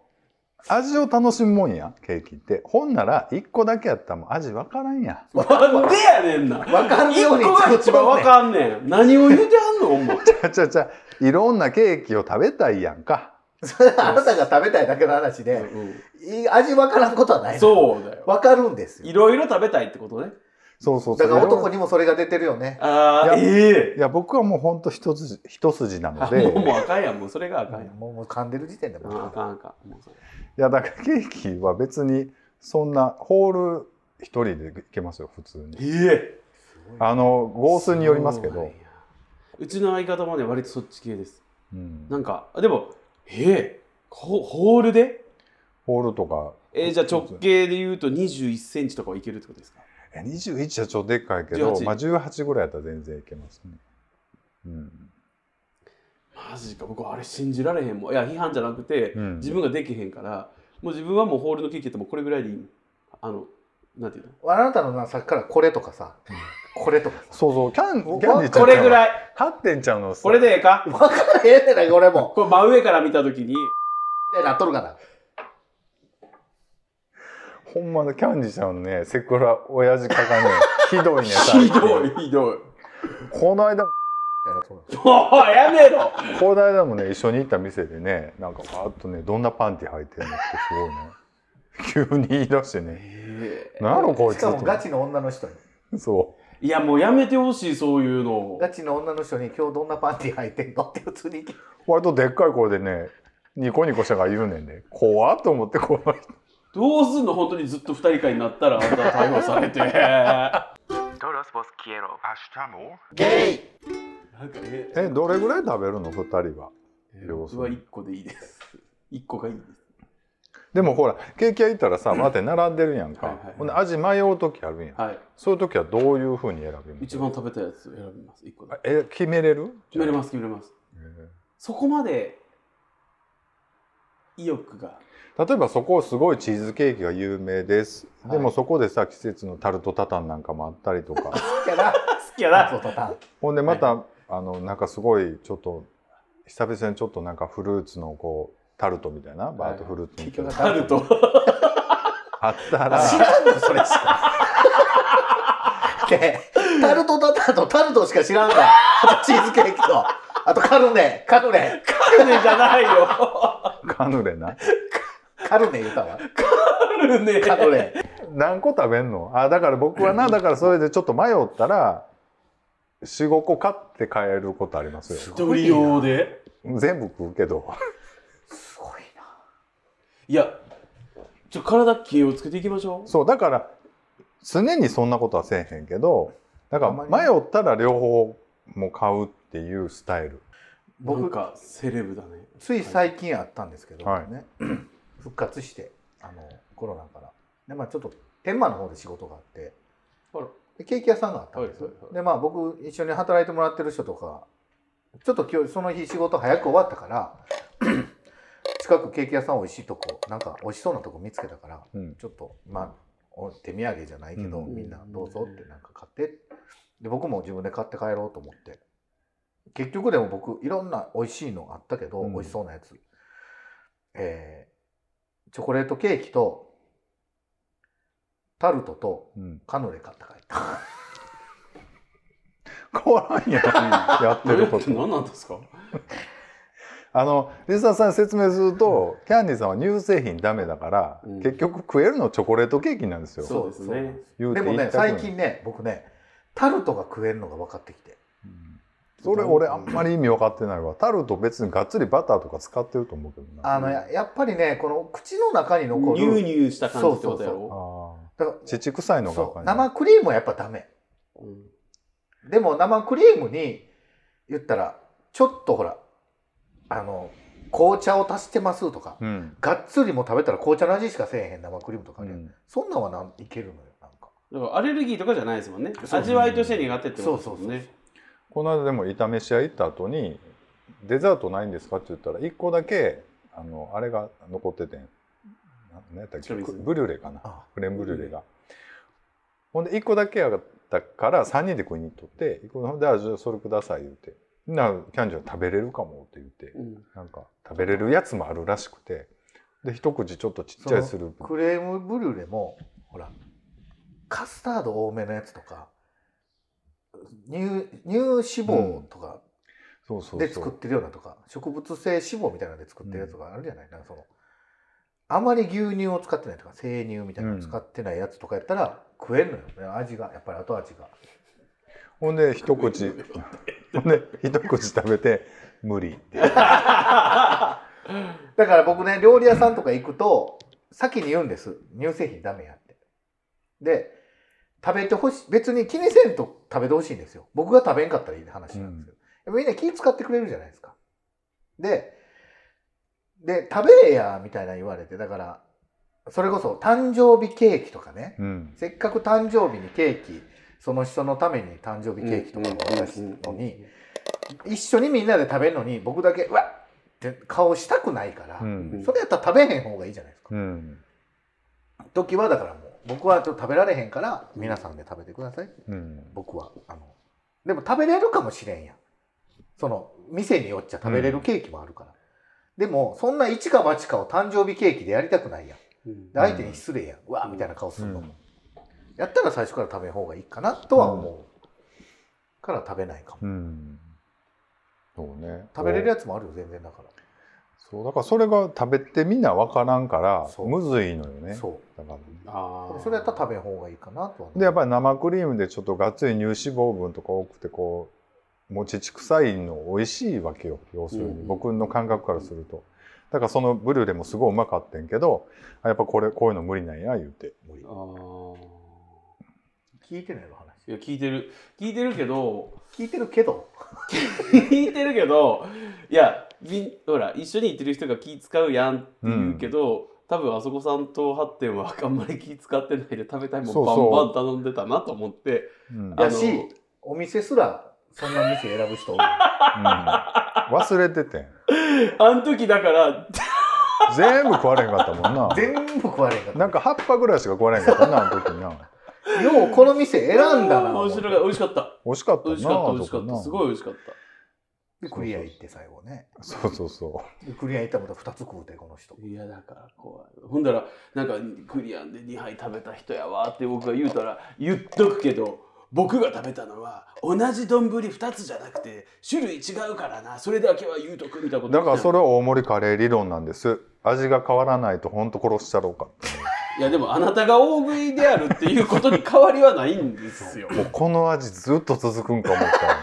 Speaker 3: 味を楽しむもんやケーキってほんなら1個だけやったらもう味わからんやん
Speaker 1: なんでやねんな
Speaker 2: わかん
Speaker 1: 一
Speaker 2: ように
Speaker 1: 個が一番わかんねん何を言うてはんのお 前
Speaker 3: ちゃうちゃうちゃういろんなケーキを食べたいやんか
Speaker 2: それあなたが食べたいだけの話で、いい味わからんことはないの
Speaker 1: そうだよ
Speaker 2: わかるんです
Speaker 1: い
Speaker 2: よ
Speaker 1: ろいろ食べたいってことね
Speaker 3: そうそうそ
Speaker 2: だ
Speaker 3: う
Speaker 2: から男
Speaker 3: いろい
Speaker 2: にもそれが出てるよね
Speaker 1: ああ
Speaker 3: いやろ
Speaker 1: ええ
Speaker 3: いや僕はもうほんと一筋一筋なの
Speaker 1: あもう
Speaker 3: で
Speaker 1: もうあかんやんもうそれがあかんやん
Speaker 2: もうもう噛んでる時点でも
Speaker 1: ああ
Speaker 2: う
Speaker 1: かんあかんもうそれ
Speaker 3: いやだからケーキは別にそんなホール一人でいけますよ普通に
Speaker 1: ええ
Speaker 3: あの号数によりますけ
Speaker 1: そう
Speaker 3: ど
Speaker 1: なんやうちの相方もね割とそっち系です
Speaker 3: うん
Speaker 1: なんかでもええホホールで
Speaker 3: ホールとか
Speaker 1: えー、じゃあ直径で言うと2 1センチとかはいけるってことですか
Speaker 3: え21じゃちょっとでっかいけど
Speaker 1: 18
Speaker 3: まあ、18ぐらいやったら全然いけますね、うん、
Speaker 1: マジか僕あれ信じられへんもんいや批判じゃなくて、
Speaker 3: うん
Speaker 1: 自分ができへんからもう自分はもうホールのケーキやってもうこれぐらいでいいあのなんていうの
Speaker 2: あなたのなさっきからこれとかさこれとかさ
Speaker 3: そうそうキャンキャンディーちゃん
Speaker 1: これぐ
Speaker 3: い
Speaker 1: らい
Speaker 3: 8点ちゃうの
Speaker 1: これでええか
Speaker 2: 分からへんねんなこれも
Speaker 1: これ真上から見た時に
Speaker 2: みたいになっとるから
Speaker 3: ほんまのキャンディーちゃんのねセクラ親父化がねひ どいね
Speaker 1: ひど
Speaker 3: い
Speaker 1: いひどい
Speaker 3: この間も
Speaker 2: みたいなそう
Speaker 1: もうやめろ
Speaker 3: この間もね一緒に行った店でねなんかわーっとねどんなパンティ履いてるのってすごいね 急に言い出してね
Speaker 1: え
Speaker 3: 何やろこい
Speaker 2: し
Speaker 3: つ
Speaker 2: かもガ
Speaker 3: と
Speaker 2: チの女の人に
Speaker 3: そ
Speaker 1: えいやもうやめてほしいそういうの
Speaker 2: ガチの女の人に今日どんなパンティ履いてんのって普通に聞く
Speaker 3: う割とでっかい声でねニコニコしたから言うねんで怖っと思って怖い
Speaker 1: どうすんの本当にずっと二人会になったらあんた逮捕されてな
Speaker 5: Todos vos quiero. Estamos.
Speaker 2: ゲイ
Speaker 1: んかえ
Speaker 3: えどれぐらい食べるの2人は
Speaker 1: 僕は一個でいいです一個がいいです
Speaker 3: でもほらケーキ屋行ったらさ待って並んでるやんか、
Speaker 1: はいはいはい
Speaker 3: ほんで味迷う時あるやん、
Speaker 1: はい
Speaker 3: そういう時はどういうふうに選びます
Speaker 1: 一番食べたいやつを選びます一個で
Speaker 3: あえ決めれる、
Speaker 1: 決めれますす決めれます
Speaker 3: え
Speaker 1: そこまで意欲が
Speaker 3: ー例えばそこすごいチーズケーキが有名です、
Speaker 1: はい
Speaker 3: でもそこでさ季節のタルトタタンなんかもあったりと か
Speaker 2: やな
Speaker 1: 好きや
Speaker 2: そうたたん
Speaker 3: ほんでまた、あのなんかすごいちょっと久々にちょっとなんかフルーツのこうタルトみたいなバートフルーツみたいな、
Speaker 1: タルト
Speaker 3: あった
Speaker 2: 知
Speaker 3: ら
Speaker 2: らんのそれしかでタルトタタンとタルトしか知らんからあとチーズケーキとあとカルネカルネ
Speaker 1: カルネじゃないよ
Speaker 3: カヌレな
Speaker 2: カルネ言うたわ
Speaker 1: カルネ
Speaker 2: カル ネ
Speaker 3: 何個食べんのあだから僕はなだからそれでちょっと迷ったら45個買って帰ることありますよ
Speaker 1: 一人用で
Speaker 3: 全部食うけど
Speaker 2: すごいない
Speaker 1: やちょ体気をつけていきましょう
Speaker 3: そうだから常にそんなことはせえへんけどだから迷ったら両方も買うっていうスタイル
Speaker 1: 僕
Speaker 2: 僕
Speaker 1: かセレブだね
Speaker 2: つい最近あったんですけど、
Speaker 3: はい
Speaker 2: ね 復活してあのコロナからで、まあ、ちょっと天満の方で仕事があって
Speaker 1: あら
Speaker 2: でケーキ屋さんがあったんですよ、
Speaker 1: はいはいはい
Speaker 2: でまあ僕一緒に働いてもらってる人とかちょっと今日その日仕事早く終わったから 近くケーキ屋さん美味しいとこなんか美味しそうなとこ見つけたから
Speaker 3: うん
Speaker 2: ちょっとまあお手土産じゃないけど、
Speaker 3: うん
Speaker 2: みんなどうぞってなんか買ってで僕も自分で買って帰ろうと思って結局でも僕いろんな美味しいのあったけど、
Speaker 3: うん
Speaker 2: 美味しそうなやつえーチョコレートケーキとタルトと
Speaker 3: うん
Speaker 2: カヌレ買って帰った
Speaker 3: 変わらんやんやってるこ
Speaker 1: え
Speaker 3: と
Speaker 1: 何なんですか
Speaker 3: あのリサさんに説明するとキャンディーさんは乳製品ダメだから、
Speaker 1: うん
Speaker 3: 結局食えるのチョコレートケーキなんですよ
Speaker 1: そうですね
Speaker 2: なんです
Speaker 3: 言うて
Speaker 2: でも
Speaker 3: 一
Speaker 2: ね
Speaker 3: 択なん
Speaker 2: 最
Speaker 3: です
Speaker 2: 近ね僕ねタルトが食えるのが分かってきて
Speaker 3: うんそれ俺あんまり意味分かってないわタルト別にがっつりバターとか使ってると思うけどな
Speaker 2: あのややっぱりねこの口の中に残
Speaker 1: ニュー
Speaker 2: る
Speaker 1: ニューした感じってことやろ
Speaker 3: あ
Speaker 2: だか
Speaker 3: ー乳臭い
Speaker 2: ら
Speaker 3: のが
Speaker 2: そ
Speaker 3: 分
Speaker 2: う
Speaker 3: かんない
Speaker 2: 生クリームはやっぱダメ
Speaker 1: うん
Speaker 2: でも生クリームに言ったらちょっとほらあの紅茶を足してますとか、
Speaker 3: うん
Speaker 2: がっつりもう食べたら紅茶の味しかせえへん生クリームとか
Speaker 3: う
Speaker 2: ね、
Speaker 3: ん
Speaker 2: そんなんはなんいけるのよなんか
Speaker 1: だからアレルギーとかじゃないですもんね
Speaker 2: そう
Speaker 1: 味わいとして苦手ってことですもんね
Speaker 3: この間でも炒めし屋行った後に「デザートないんですか?」って言ったら1個だけあのあれが残っててんな何やったっけ
Speaker 1: 白水
Speaker 3: ブリュレかな
Speaker 2: あ
Speaker 3: クレームブリュレがほんで1個だけやったから3人で食いに行っとって一個ほんであじゃあそれください」言うて「なキャンディーは食べれるかも」って言って
Speaker 1: うん
Speaker 3: なんか食べれるやつもあるらしくてで一口ちょっとちっちゃいする
Speaker 2: クレームブリュレもほらカスタード多めのやつとか乳乳脂肪とか
Speaker 3: そうそう
Speaker 2: で作ってるようなとか、植物性脂肪みたいなので作ってるやつがあるじゃない、なんかそのあまり牛乳を使ってないとか生乳みたいなのを使ってないやつとかやったら食えんのよ、味がやっぱり後味が
Speaker 3: ほんで一口ほんで一口食べて無理って
Speaker 2: だから僕ね料理屋さんとか行くと先に言うんです乳製品ダメやってで食べてほしい別に気にせんと食べてほしいんですよ僕が食べんかったらいい話なんですけど、でもみんな気使ってくれるじゃないですかでで食べれやみたいな言われてだからそれこそ誕生日ケーキとかね
Speaker 3: うん
Speaker 2: せっかく誕生日にケーキその人のために誕生日ケーキとかを渡すのに一緒にみんなで食べるのに僕だけうわっって顔したくないから、
Speaker 3: うん
Speaker 2: それやったら食べへん方がいいじゃないですか、
Speaker 3: うん
Speaker 2: 時はだからもう僕はちょっと食べられへんから皆さんで食べてください
Speaker 3: うん
Speaker 2: 僕はあのでも食べれるかもしれんやんその店によっちゃ食べれるケーキもあるから、でもそんな一か八かを誕生日ケーキでやりたくないやん
Speaker 1: うん
Speaker 2: で相手に失礼やん、うわみたいな顔するのも、やったら最初から食べん方がいいかなとは思う、から食べないかも
Speaker 3: うんそうね
Speaker 2: 食べれるやつもあるよ全然だか
Speaker 3: そうだからそれが食べてみんな分からんから
Speaker 2: そう
Speaker 3: むずいのよ
Speaker 2: ら、
Speaker 3: ね
Speaker 2: そ
Speaker 3: だから
Speaker 1: あ
Speaker 2: う
Speaker 1: ー
Speaker 2: それやったら食べん方がいいかなとは思う
Speaker 3: でやっぱり生クリームでちょっとがっつり乳脂肪分とか多くてこうもう乳臭いの美味しいわけよ要するに、
Speaker 1: うん
Speaker 3: 僕の感覚からするとだからそのブリュレもすごいうまかったんけどあやっぱこれこういうの無理なんや言うて
Speaker 2: 無理
Speaker 1: あー
Speaker 2: 聞いてないの話
Speaker 1: いや聞いてる聞いてるけど
Speaker 2: 聞いてるけど
Speaker 1: 聞いてるけどいやみんほら一緒に行ってる人が気使うやんって言うけど、多分あそこさんと発展はあんまり気使ってないで食べたいも
Speaker 3: そ
Speaker 1: ん
Speaker 3: うそう
Speaker 1: バンバン頼んでたなと思って
Speaker 3: うん
Speaker 2: や
Speaker 1: あの
Speaker 2: しお店すらそんな店選ぶ 人多い
Speaker 3: うん忘れててん
Speaker 1: あの時だから
Speaker 3: 全部食われへんかったもん な
Speaker 2: 全部食われへんかった
Speaker 3: なんか葉っぱぐらいしか食われへんかったなあの時な
Speaker 2: ようこの店選んだな
Speaker 1: 面白い美味しかった
Speaker 3: 美味しかった
Speaker 1: 美
Speaker 3: な
Speaker 1: 味しかった美味しかっ
Speaker 3: とかな
Speaker 1: たすごい美味しかった
Speaker 2: でクリア行って最後ね
Speaker 3: そうそうそ
Speaker 2: でクリア行ったこと2つ食うてこの人
Speaker 1: いやだから怖いほんだらなんかクリアンで2杯食べた人やわって僕が言うたら言っとくけど僕が食べたのは同じ丼2つじゃなくて種類違うからなそれだけは言うとくみたいなこ
Speaker 3: う
Speaker 1: と
Speaker 3: だからそれ
Speaker 1: れ
Speaker 3: は大盛りカレー理論なんです味が変わらないとほんと殺しちゃろうかって
Speaker 1: いやでもあなたが大食いであるっていうことに変わりはないんですよ
Speaker 3: もうこの味ずっと続くんか思ったよね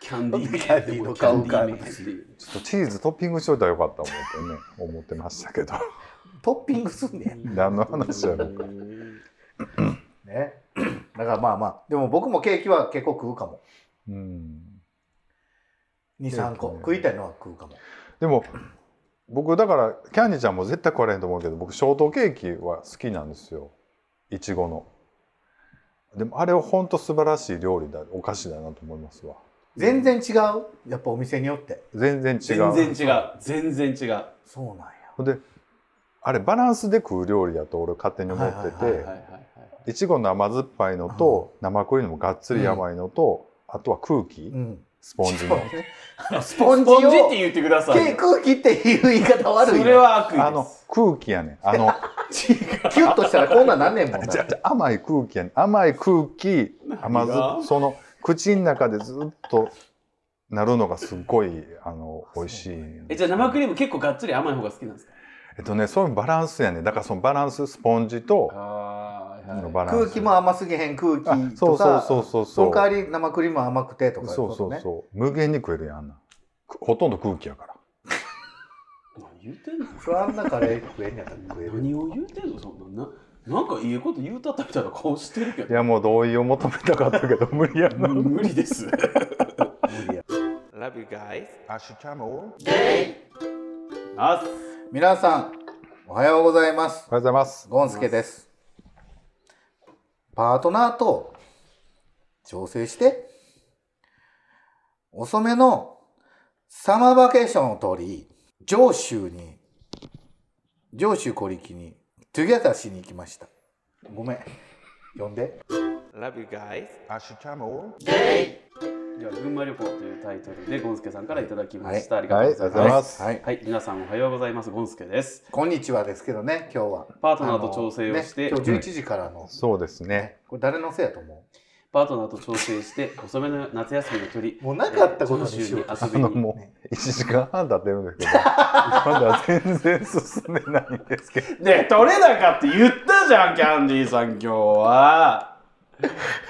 Speaker 1: キャンディー
Speaker 2: キャンディーの顔が
Speaker 1: キャンディーメインっていう
Speaker 3: ちょっとチーズトッピングしといたらよかった思ってね思ってましたけど
Speaker 2: トッピングすんねや
Speaker 3: 何の話やろう
Speaker 2: ね だからまあまあでも僕もケーキは結構食うかも
Speaker 3: うん
Speaker 2: 23個
Speaker 3: そうですね
Speaker 2: 食いたいのは食うかも
Speaker 3: でも僕だからキャンディちゃんも絶対食われへんと思うけど僕ショートケーキは好きなんですよいちごのでもあれは本当素晴らしい料理だお菓子だなと思いますわ
Speaker 2: 全然違うやっぱお店によって
Speaker 3: 全然違う
Speaker 1: 全然違う全然違う
Speaker 2: そうなんや
Speaker 3: ほんであれバランスで食う料理だと俺勝手に思って
Speaker 2: はい
Speaker 1: はいはい
Speaker 3: て
Speaker 1: はい
Speaker 3: いちごの甘酸っぱいのと生クリームがっつり甘いのと、あとは空気、
Speaker 2: うん
Speaker 3: スポンジ
Speaker 2: そ
Speaker 3: の
Speaker 2: うねあのスポ
Speaker 1: ス
Speaker 2: ンジを
Speaker 1: ポンジって言ってください
Speaker 2: ケー
Speaker 1: よ
Speaker 2: 空気っていう言い方悪いな
Speaker 1: それは悪意です
Speaker 3: あの空気やねんあの
Speaker 2: キュッとしたらこんなんなんねんもんな
Speaker 3: じゃじゃ甘い空気やねん甘い空気甘
Speaker 1: 何
Speaker 3: 酸
Speaker 1: が
Speaker 3: っその口の中でずっとなるのがすっごいあの美味しい
Speaker 1: えじゃあ生ク
Speaker 3: リーム
Speaker 1: リーム結構がっつり甘い方が好きなんですか
Speaker 3: えっとねそういうバランスやねんだからそのバランススポンジと
Speaker 1: ああ、
Speaker 3: のバランス
Speaker 2: 空気も甘すぎへん空気と
Speaker 3: あ
Speaker 2: か
Speaker 3: そうそうそうそう
Speaker 2: そ
Speaker 3: そう
Speaker 2: の代わり生クリームは甘くてとかい
Speaker 3: そう
Speaker 2: こと
Speaker 3: そ
Speaker 2: ね
Speaker 3: うそう無限に食えるやんあんなくほとんど空気やから
Speaker 1: 何言うてんの
Speaker 2: それあんなカレー食えんやったら食える
Speaker 1: 何を言うてんのそんなななんかいいこと言うたったみたいな顔してるけ
Speaker 3: い
Speaker 1: ど
Speaker 3: やもう同意を求めたかったけど無理やな
Speaker 1: 無理です Love you guys
Speaker 3: アシュチャムおはよ
Speaker 1: あ
Speaker 2: 皆さんおはようございます
Speaker 3: うございます
Speaker 2: ゴンスケですパートナーと調整して遅めのサマーバケーションを取り上州に上州小力にトゥギャザーしに行きましたごめん呼んで
Speaker 1: Love you guys
Speaker 3: アシュチャムお
Speaker 1: では群馬旅行というタイトルでゴンスケさんからいただきました、ありが
Speaker 3: はいあり
Speaker 1: と
Speaker 3: がと
Speaker 1: う
Speaker 3: う
Speaker 1: ございま
Speaker 3: ございますす、
Speaker 2: はい
Speaker 1: はい、皆さんおはようございますゴンスケです
Speaker 2: こんにちはですけどね今日は
Speaker 1: パートナーと調整をして
Speaker 2: あのね今日11時からの、
Speaker 3: そうですね
Speaker 2: これ誰のせいやと思
Speaker 1: パートナーと調整して遅めの夏休みの距 離
Speaker 2: うもうなかったことにしよう
Speaker 1: えー長州に
Speaker 3: あ
Speaker 1: 遊
Speaker 3: の
Speaker 1: びに
Speaker 3: もう1時間半経ってるんですけどまだ全然進んでないんですけど
Speaker 1: で取れなかって言ったじゃんキャンディーさん今日は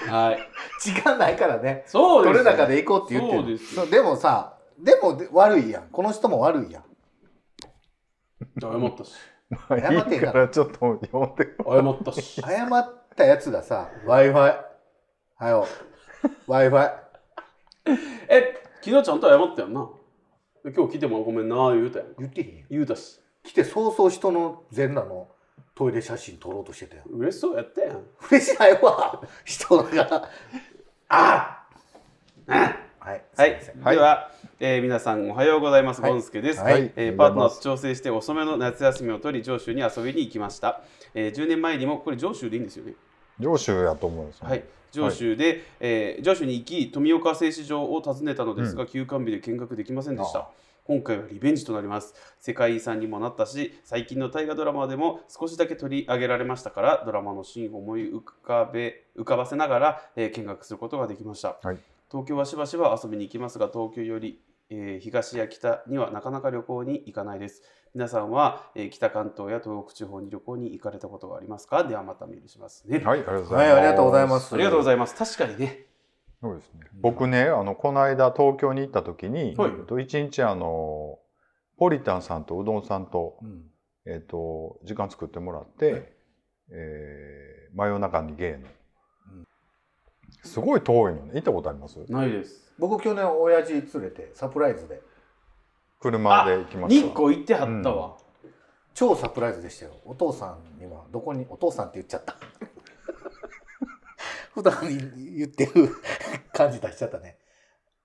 Speaker 1: はい
Speaker 2: 時間ないからね
Speaker 1: そう
Speaker 2: 取
Speaker 1: です
Speaker 2: れ高で行こうって言って
Speaker 1: そ
Speaker 2: る
Speaker 1: うです
Speaker 2: そうでもさでもで悪いやんこの人も悪いやん
Speaker 1: 謝ったし
Speaker 3: まあいいからちょっと読んで
Speaker 1: 謝ったし
Speaker 2: 謝ったやつがさ w i f i はよ w i f i
Speaker 1: え、昨日ちゃんと謝ったよな。で今日来てもごめんな言うたやん。
Speaker 2: 言ってへんやん
Speaker 1: 言うたし、
Speaker 2: 来て早々人の全裸のトイレ写真撮ろうとしてたやん
Speaker 1: 嬉しそうやったやん。
Speaker 2: 嬉しないわ人がああはい
Speaker 1: はい、
Speaker 2: すません
Speaker 1: では、えー皆さんおはようございます、
Speaker 2: はい
Speaker 1: ゴンスケです、
Speaker 2: はい
Speaker 1: えー
Speaker 3: お
Speaker 1: パ
Speaker 3: は
Speaker 1: ート
Speaker 3: ようご
Speaker 1: ナ
Speaker 3: ざいます
Speaker 1: ーと調整して遅めの夏休みを取り上州に遊びに行きました、えー10年前にもこれ上州でいいんですよね
Speaker 3: 上州やと思うんですよ、
Speaker 1: はい、上州で、えー上州に行き富岡製糸場を訪ねたのですが、休館日で見学できませんでし
Speaker 3: あ
Speaker 1: た今回はリベンジとなります世界遺産にもなったし最近の大河ドラマでも少しだけ取り上げられましたからドラマのシーンを思い浮かべ浮かばせながら、えー見学することができました、
Speaker 3: はい
Speaker 1: 東京はしばしば遊びに行きますが東京より、えー東や北にはなかなか旅行に行かないです皆さんは、えー北関東や東北地方に旅行に行かれたことがありますかではまたメールしますね、
Speaker 3: はい、ありがとうございます、
Speaker 2: はいありがとうございます
Speaker 1: ありがとうございます。確かにね。
Speaker 3: そうですね僕ねあのこの間東京に行った時に、
Speaker 1: はい
Speaker 3: えっと一日あのポリタンさんとうどんさんと
Speaker 2: う,、ん、
Speaker 3: えっと時間作ってもらって、
Speaker 2: はい
Speaker 3: えー真夜中に芸の、すごい遠いのね行ったことあります
Speaker 1: ないです。
Speaker 2: 僕去年親父連れてサプライズで
Speaker 3: 車で行きま
Speaker 1: 日
Speaker 3: した
Speaker 1: 光行ってはったわ。
Speaker 2: 超サプライズでしたよお父さんにはどこにお父さんって言っちゃった 普段言ってる感じ出しちゃったね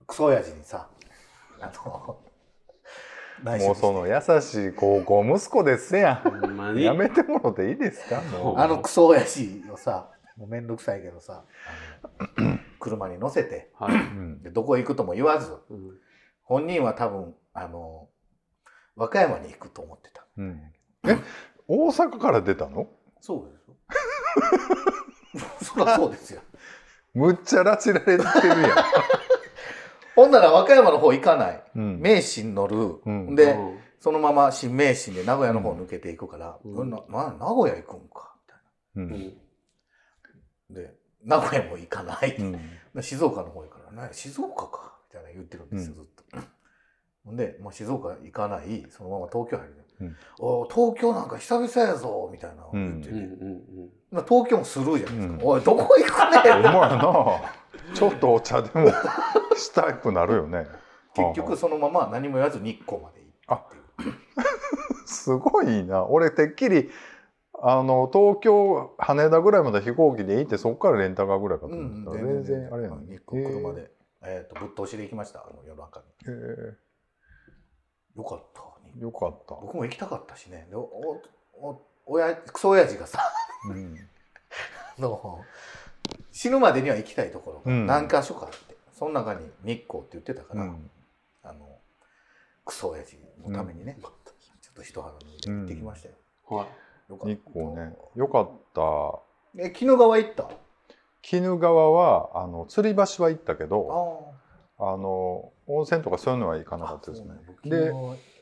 Speaker 2: クソ親父にさあの内緒
Speaker 3: もう
Speaker 2: にして
Speaker 3: その優しい高校息子ですや
Speaker 1: ほんま
Speaker 3: ん
Speaker 1: に。
Speaker 3: やめてもろていいですかもう
Speaker 2: あのクソ親父をさもうめんどくさいけどさあの車に乗せて
Speaker 1: はい。
Speaker 3: うん
Speaker 2: でどこへ行くとも言わず
Speaker 1: うん
Speaker 2: 本人は多分あの和歌山に行くと思ってた
Speaker 3: うんえ大阪から出たの
Speaker 2: そうですよそりゃそう ですよ
Speaker 3: むっちゃ拉致られてるや
Speaker 2: ほんなら和歌山の方行かない
Speaker 3: んうん。
Speaker 2: 名神乗る、
Speaker 3: うん
Speaker 2: で、
Speaker 1: うん
Speaker 2: そのまま新名神で名古屋の方抜けていくから、
Speaker 1: うん
Speaker 2: うんなまあ、名古屋行くんか
Speaker 3: う
Speaker 1: うんん
Speaker 2: みたいなで名古屋も行かない、
Speaker 3: うん
Speaker 2: 静岡の方行くからね静岡かみたいな言ってるんですよ、
Speaker 3: う
Speaker 2: ずっと。ほんで、まあ、静岡行かないそのまま東京入る、
Speaker 3: うん
Speaker 2: おー東京なんか久々やぞみたいな言ってて、
Speaker 1: うんうん
Speaker 2: まあ、東京もスルーじゃないですか、
Speaker 3: うん
Speaker 2: おいどこ行くね
Speaker 3: ほんまやなちょっとお茶でもしたくなるよね
Speaker 2: 結局そのまま何も言わず日光まで行ったっていう
Speaker 3: すごいな俺てっきりあの東京羽田ぐらいまで飛行機で行ってそっからレンタカーぐらいかと
Speaker 2: う
Speaker 3: 思
Speaker 2: ん
Speaker 3: ったら、全然あれや
Speaker 2: はい
Speaker 3: ね
Speaker 2: 日光車で、えー、とぶっ通しで行きましたあの夜中に
Speaker 3: へえ
Speaker 2: よかった日光
Speaker 3: よかった、
Speaker 2: 僕も行きたかったしねでおおお親クソ親父がさ
Speaker 3: うん、
Speaker 2: あの死ぬまでには行きたいところが
Speaker 3: うん
Speaker 2: 何箇所かあって、その中に日光って言ってたか
Speaker 3: う
Speaker 2: ら、
Speaker 3: ん
Speaker 2: あのクソ親父のためにね、ちょっと一肌脱いで行ってきましたよ、
Speaker 1: うん。はい。
Speaker 2: よかった
Speaker 3: 日光ねよかった
Speaker 2: え鬼怒川行ったあ
Speaker 3: 鬼怒川はあの釣り橋は行ったけ
Speaker 2: あ
Speaker 3: どあの温泉とかそういうのは行かなかったですね
Speaker 2: そうね
Speaker 3: で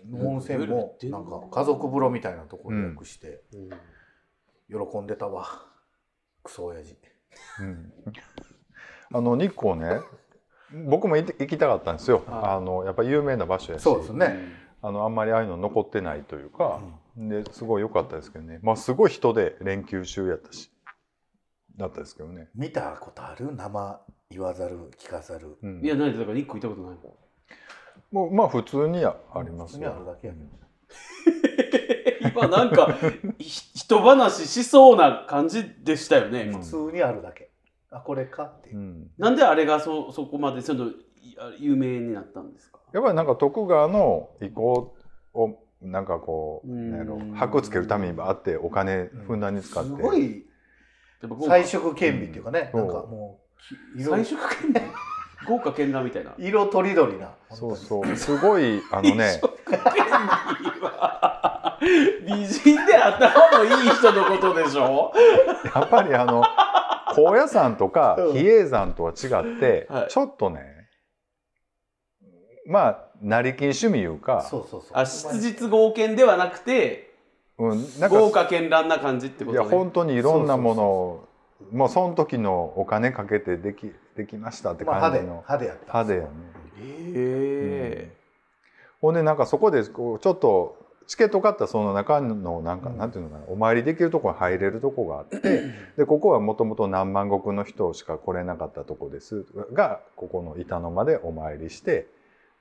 Speaker 2: 僕の温泉もなんか家族風呂みたいなところ予約して
Speaker 1: うん
Speaker 2: 喜んでたわ、クソ親父
Speaker 3: うん あの日光ね僕も行って行きたかったんですよ、
Speaker 1: はい
Speaker 3: あのやっぱ有名な場所やし
Speaker 2: そうですね、
Speaker 3: あのあんまりああいうの残ってないというか、ですごい良かったですけどね、まあ、すごい人で連休中やったしだったですけどね、
Speaker 2: 見たことある生言わざる聞かざる
Speaker 3: うん
Speaker 1: いや、ないです。だから日光行ったことないもん。
Speaker 3: もうまあ普通にありま
Speaker 2: 普
Speaker 3: す
Speaker 2: 通にあるだけやけど
Speaker 1: 今なんか、ひ人話しそうな感じでしたよね。今
Speaker 3: うん
Speaker 2: 普通にあるだけあこれかっていうう、
Speaker 3: ん、
Speaker 1: なんであれがそそこまでそのいあ有名になったんですか
Speaker 3: やっぱりなんか徳川の意向をなんかこう
Speaker 1: うん
Speaker 3: なんやろ箔つけるためにあってお金ふんだんに使って、
Speaker 2: すごい
Speaker 1: やっぱ豪華
Speaker 2: 彩色顕微っていうかね、
Speaker 3: うん
Speaker 2: なんかもう色
Speaker 1: 最初かけん豪華絢爛みたいな。
Speaker 2: 色とりどりな
Speaker 3: そうそうすごいあ の
Speaker 1: 最
Speaker 3: ね
Speaker 1: 初かけんは美人で頭のいい人のことでしょ
Speaker 3: やっぱりあの高野山とか
Speaker 2: うん
Speaker 3: 比叡山とは違って、
Speaker 1: はい
Speaker 3: ちょっとねまあ成金趣味いうか
Speaker 2: そうそうそう
Speaker 1: あ質実剛健ではなくて
Speaker 3: うん、なんか
Speaker 1: 豪華絢爛な感じってこ
Speaker 3: い
Speaker 1: と
Speaker 3: や
Speaker 1: ね
Speaker 3: 本当にいろんなものをもうその時のお金かけてできできましたって
Speaker 2: まあ
Speaker 3: 感
Speaker 2: 派
Speaker 3: じ
Speaker 2: 手
Speaker 3: の
Speaker 2: 派手やった
Speaker 3: 派手やね。
Speaker 1: え
Speaker 3: ほんでなんかそこでこうちょっとチケット買ったその中のなんか、
Speaker 2: うん
Speaker 3: なんていうのかなお参りできるところ入れるとこがあってでここはもともと何万石の人しか来れなかったとこですがここの板の間でお参りして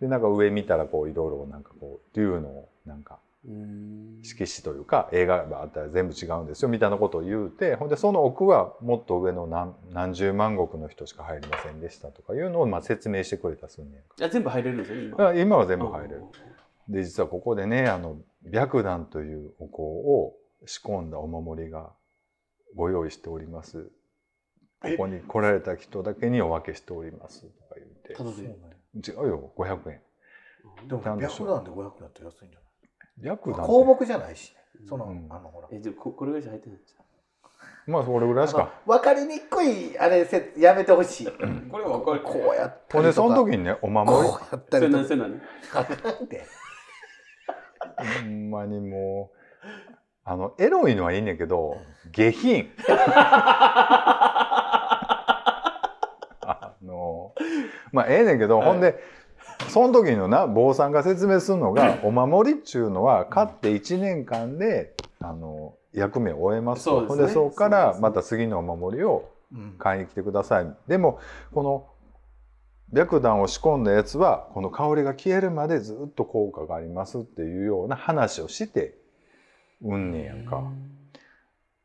Speaker 3: でなんか上見たらこういろいろなんかこう竜のなんか
Speaker 1: えうん
Speaker 3: 色紙というか映画があったら全部違うんですよみたいなことを言うてほんでその奥はもっと上の何何十万石の人しか入りませんでしたとかいうのをまあ説明してくれたすんねん
Speaker 1: いや全部入れるんですよね今
Speaker 3: かあ今は全部入れるで実はここでねあの白檀というお香を仕込んだお守りがご用意しておりますここに来られた人だけにお分けしておりますとか
Speaker 1: ただで
Speaker 3: 言って違うよ500円
Speaker 2: でも
Speaker 3: なんでしょ
Speaker 2: 白
Speaker 3: う
Speaker 2: 檀で500だって安いんじゃ
Speaker 3: 白
Speaker 2: ない
Speaker 3: 檀
Speaker 2: 項
Speaker 3: って
Speaker 2: 目じゃないしねその、
Speaker 3: うん
Speaker 2: あのほら
Speaker 1: えでもここれぐらいしか入ってないんですか
Speaker 3: まあそれぐらいしか
Speaker 2: あの分かりにくいあれせやめてほしい
Speaker 1: これ分かる
Speaker 2: こうやった
Speaker 3: ほん
Speaker 2: り
Speaker 3: で
Speaker 2: とか
Speaker 3: その時にねお守り
Speaker 2: こうやった
Speaker 1: それ
Speaker 2: りと
Speaker 1: 何
Speaker 2: か
Speaker 1: それ何
Speaker 2: なんで
Speaker 3: ほんまにもうあのエロいのはいいねんけど下 品あのまあええねんけど、
Speaker 1: はい
Speaker 3: ほんでその時のな坊さんが説明するのがお守りっちゅうのは勝って1年間であの役目を終えます
Speaker 1: そ
Speaker 3: とほ
Speaker 1: うんですね
Speaker 3: でそこか
Speaker 1: そうで
Speaker 3: ら
Speaker 1: すね
Speaker 3: また次のお守りを
Speaker 2: うん
Speaker 3: 買いに来てくださいでもこの白檀を仕込んだやつはこの香りが消えるまでずっと効果がありますっていうような話をしてうんねやんか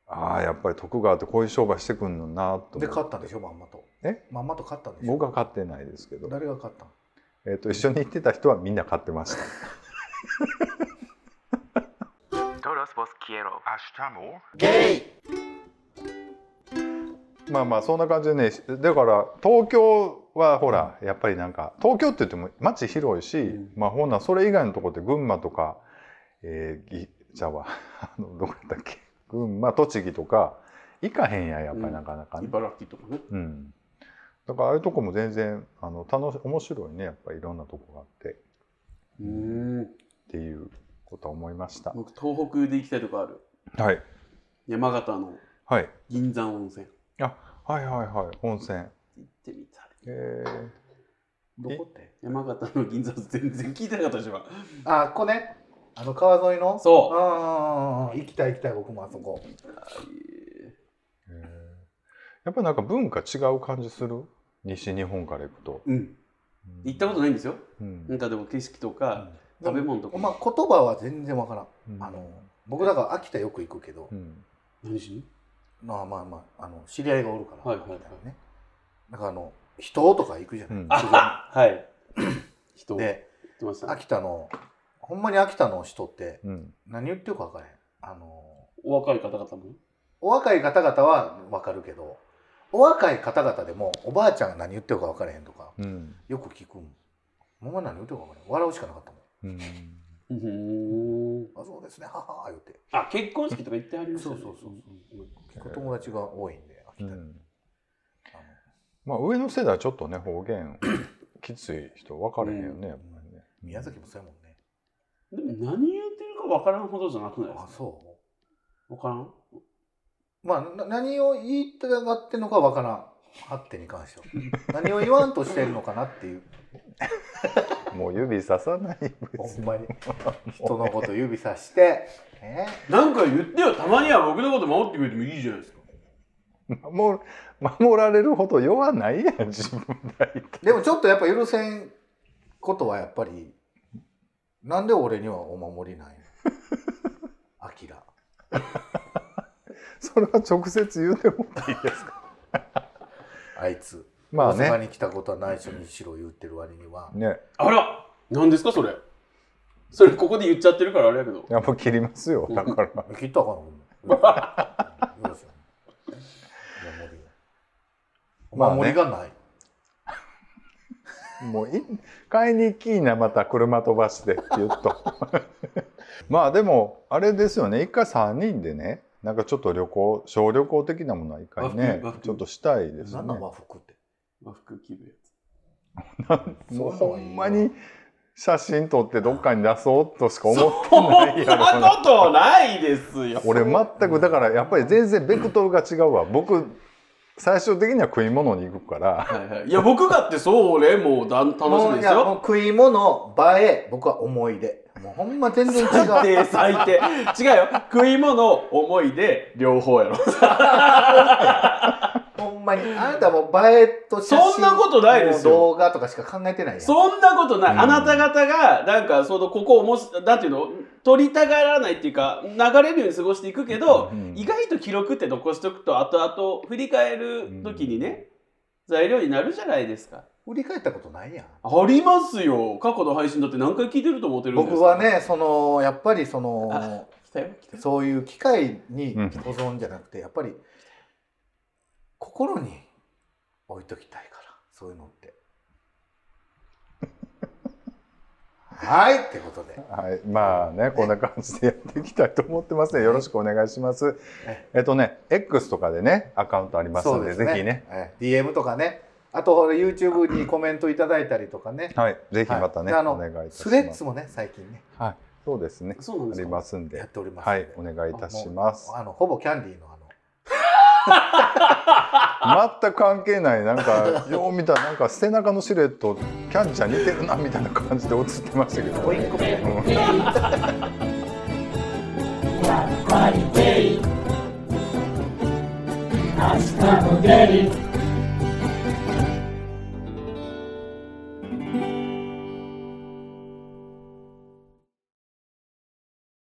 Speaker 3: ああやっぱり徳川ってこういう商売してくんのなと
Speaker 2: で
Speaker 3: 思
Speaker 2: 買っ
Speaker 3: った
Speaker 2: んでしょまんまと
Speaker 3: え
Speaker 2: まんまと買ったんでしょ
Speaker 3: 僕は買ってないですけど、
Speaker 2: 誰が買ったの
Speaker 3: えっと一緒に行ってた人はみんな買ってました
Speaker 5: Todos vos quiero. Hasta more.
Speaker 2: ゲイ
Speaker 3: まあまあそんな感じでねだから東京はほらやっぱりなんか東京って言っても街広いし、
Speaker 1: うん
Speaker 3: まあほんならそれ以外のとこって群馬とかえー、ぎちゃうわ あのどこやったっけ群馬栃木とか行かへんやんやっぱりなかなかね、
Speaker 1: 茨城とかね。
Speaker 3: うんだからああいうとこも全然あの楽し面白いねやっぱりいろんなとこがあって
Speaker 1: うん。
Speaker 3: っていうことは思いました、
Speaker 1: 僕、東北で行きたいとこある。
Speaker 3: はい
Speaker 1: 山形の
Speaker 3: はい
Speaker 1: 銀山温泉。
Speaker 3: はいはいはい温泉
Speaker 1: 行ってみたい。
Speaker 3: えー
Speaker 2: どこって
Speaker 1: 山形の銀座全然聞いてなかったでしょ
Speaker 2: あここねあの川沿いの
Speaker 1: そう
Speaker 2: うんうんうんうん行きたい行きたい僕もあそこ
Speaker 3: へーやっぱりなんか文化違う感じする西日本から行くと、
Speaker 1: うん行ったこと
Speaker 3: な
Speaker 1: ない
Speaker 3: い、
Speaker 1: んですよ
Speaker 3: うん
Speaker 1: なんかでも景色とか食べ物とか
Speaker 2: まあ言葉は全然わからん
Speaker 3: うん
Speaker 2: あの僕だから秋田よく行くけど
Speaker 3: うん
Speaker 1: 何しに
Speaker 2: まあまあまああの知り合いがおるから
Speaker 1: はい
Speaker 2: み
Speaker 1: は
Speaker 2: た
Speaker 1: い
Speaker 2: い
Speaker 1: は
Speaker 2: ないねだからあの人とか行くじゃない、
Speaker 3: うん
Speaker 1: あ はい 人言っ
Speaker 2: で
Speaker 1: てましたね
Speaker 2: 秋田のほんまに秋田の人って
Speaker 3: うん
Speaker 2: 何言ってるか分からへんあの
Speaker 1: お若い方々も
Speaker 2: お若い方々は分かるけどお若い方々でもおばあちゃんが何言ってるか分からへんとか
Speaker 3: うん
Speaker 2: よく聞くもんほんま何言ってるか分からへん笑うしかなかったもん
Speaker 3: うん
Speaker 1: うーん
Speaker 2: あそうですねははは言って
Speaker 1: あ結婚式とか行ってはりましたね
Speaker 2: そうそうそう
Speaker 1: うん
Speaker 2: 聞く友達が多いんで秋
Speaker 3: う
Speaker 2: 田に、あ
Speaker 3: ん
Speaker 2: の
Speaker 3: まあ上の世代はちょっとね方言 きつい人分かれへんよ
Speaker 2: うん
Speaker 3: ね、やっぱりね
Speaker 2: 宮崎もそうやもんね
Speaker 1: でも何言ってるか分からんほどじゃなくないです
Speaker 2: あ
Speaker 1: か
Speaker 2: そう
Speaker 1: 分からん
Speaker 2: まあ、な何を言いたがってんのかわからん。ハッテに関しては。 何を言わんとしてるのかなっていう。
Speaker 3: もう指ささない
Speaker 2: ほ
Speaker 3: 別
Speaker 2: ん
Speaker 3: に
Speaker 2: まに。人のこと指さして。え
Speaker 1: なんか言ってよたまには僕のこと守ってくれてもいいじゃないですか
Speaker 3: 守る守られるほど弱ないやん自分だいて
Speaker 2: でもちょっとやっぱ許せんことはやっぱり、なんで俺にはお守りないのアキラ。
Speaker 3: それは直接言うてもらっていいですか
Speaker 2: あいつ。
Speaker 3: まあ
Speaker 2: 大阪
Speaker 3: ね
Speaker 2: に来たことは内緒にしろ言ってる割には。
Speaker 3: ね
Speaker 1: あら何ですかそれそれここで言っちゃってるからあれやけど
Speaker 3: いやもう切りますよだから
Speaker 2: 切ったかなほんま許せんお
Speaker 3: まあね
Speaker 2: 守りがない。
Speaker 3: もうい買いに行きなまた車飛ばしてピュッと まあでもあれですよね一回3人でねなんかちょっと旅行小旅行的なものは一回ね
Speaker 1: 和服和服
Speaker 3: ちょっとしたいですね
Speaker 2: 何なん和服って。
Speaker 1: 和服着るやつ
Speaker 3: もう
Speaker 2: そういうのはい
Speaker 3: ほ
Speaker 2: いよ
Speaker 3: んまに写真撮ってどっかに出そうとしか思ってないや
Speaker 1: そ
Speaker 3: ろ
Speaker 1: ん
Speaker 3: な
Speaker 1: なことないです よ
Speaker 3: 俺全くだからやっぱり全然ベクトルが違うわ僕最終的には食い物に行くから
Speaker 1: はいはい、いや僕だってそう俺もうだん楽しみです
Speaker 2: もういやもう
Speaker 1: よ。
Speaker 2: 食い物映え僕は思い出もうほんま全然違
Speaker 1: 最
Speaker 2: う
Speaker 1: 低最低違うよ食い物思い出両方 やろ
Speaker 2: ほんまにあなたもう映えと写真
Speaker 1: そんなことないですよ
Speaker 2: もう動画とかしか考えてないやん
Speaker 1: そんなことない、
Speaker 3: うん
Speaker 1: あなた方がなんかそのここをもしなんていうの取りたがらないっていうか流れるように過ごしていくけど、
Speaker 3: うん
Speaker 1: 意外と記録って残しておくと後々振り返る時にね、材料になるじゃないですか
Speaker 2: 振り返ったことないやん
Speaker 1: ありますよ過去の配信だって何回聞いてると思ってるんですか
Speaker 2: 僕はねそのやっぱりその
Speaker 1: 来たよ来たよ
Speaker 2: そういう機会に
Speaker 3: うん
Speaker 2: 保存じゃなくてやっぱり心に置いときたいからそういうのって はいってことで
Speaker 3: はい、まあね、こんな感じでやっていきたいと思ってますね。よろしくお願いします。えっとね、X とかでね、アカウントありますので、ぜひね。。
Speaker 2: ええ DM とかね。あと、ほら YouTube にコメントいただいたりとかね。
Speaker 3: はい、ぜひまたね、
Speaker 2: はいであの
Speaker 3: お願いいたします。
Speaker 2: スレッズもね、最近ね、
Speaker 3: はい、そうですね。
Speaker 1: そうなんで
Speaker 3: あ
Speaker 1: す
Speaker 3: り
Speaker 1: か
Speaker 3: ますん
Speaker 2: や
Speaker 3: で
Speaker 2: っ。ております
Speaker 3: は
Speaker 2: の
Speaker 3: い
Speaker 2: で。、
Speaker 3: お願いいたします
Speaker 2: あ。の、ほぼキャンディーのあの、
Speaker 3: 全く関係ないなん かよう見たらなんか背中のシルエットキャンちゃん似てるなみたいな感じで映ってましたけど
Speaker 2: おいっ子みたいな
Speaker 3: うん
Speaker 6: 明日もゲリ